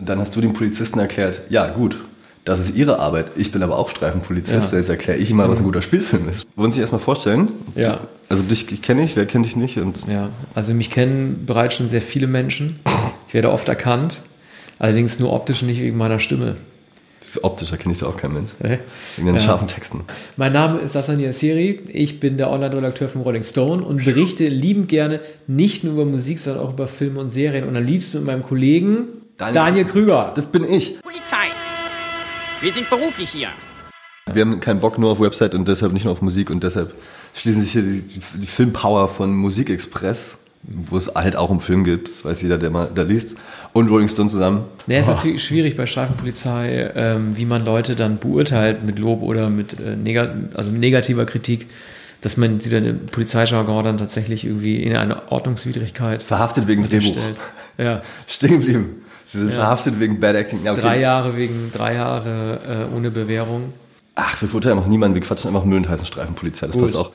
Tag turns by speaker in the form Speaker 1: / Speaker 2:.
Speaker 1: dann hast du dem Polizisten erklärt, ja gut, das ist ihre Arbeit, ich bin aber auch Streifenpolizist,
Speaker 2: Ja.
Speaker 1: jetzt erkläre ich ihm mal, was ein guter Spielfilm ist. Wollen Sie sich erstmal vorstellen?
Speaker 2: Ja.
Speaker 1: Also dich kenne ich, wer kennt dich nicht? Und
Speaker 2: Ja, also mich kennen bereits schon sehr viele Menschen. Ich werde oft erkannt, allerdings nur optisch und nicht wegen meiner Stimme.
Speaker 1: so optisch erkenne ich da auch kein Mensch. Wegen den
Speaker 2: Ja.
Speaker 1: scharfen Texten.
Speaker 2: Mein Name ist Sassan Yassiri, ich bin der Online-Redakteur von Rolling Stone und berichte liebend gerne nicht nur über Musik, sondern auch über Filme und Serien und am liebsten mit meinem Kollegen
Speaker 1: Daniel-
Speaker 2: Daniel, Krüger.
Speaker 1: Das bin ich.
Speaker 3: Polizei. Wir sind beruflich hier.
Speaker 1: Wir haben keinen Bock nur auf Website und deshalb nicht nur auf Musik und deshalb schließen sich hier die, die Filmpower von Musik Express, wo es halt auch um Film gibt, das weiß jeder, der mal da liest, und Rolling Stone zusammen.
Speaker 2: Nee, es ist natürlich schwierig bei Streifenpolizei, ähm, wie man Leute dann beurteilt mit Lob oder mit, äh, nega also mit negativer Kritik, dass man sie dann im Polizeijargon dann tatsächlich irgendwie in eine Ordnungswidrigkeit
Speaker 1: Verhaftet wegen Drehbuch.
Speaker 2: stellt. Ja.
Speaker 1: Stehen geblieben. Sie sind verhaftet wegen Bad Acting. Ja, okay.
Speaker 2: Drei Jahre wegen drei Jahre äh, ohne Bewährung.
Speaker 1: Ach, wir verurteilen auch niemanden, wir quatschen einfach Müll und heißen Streifenpolizei, das passt auch.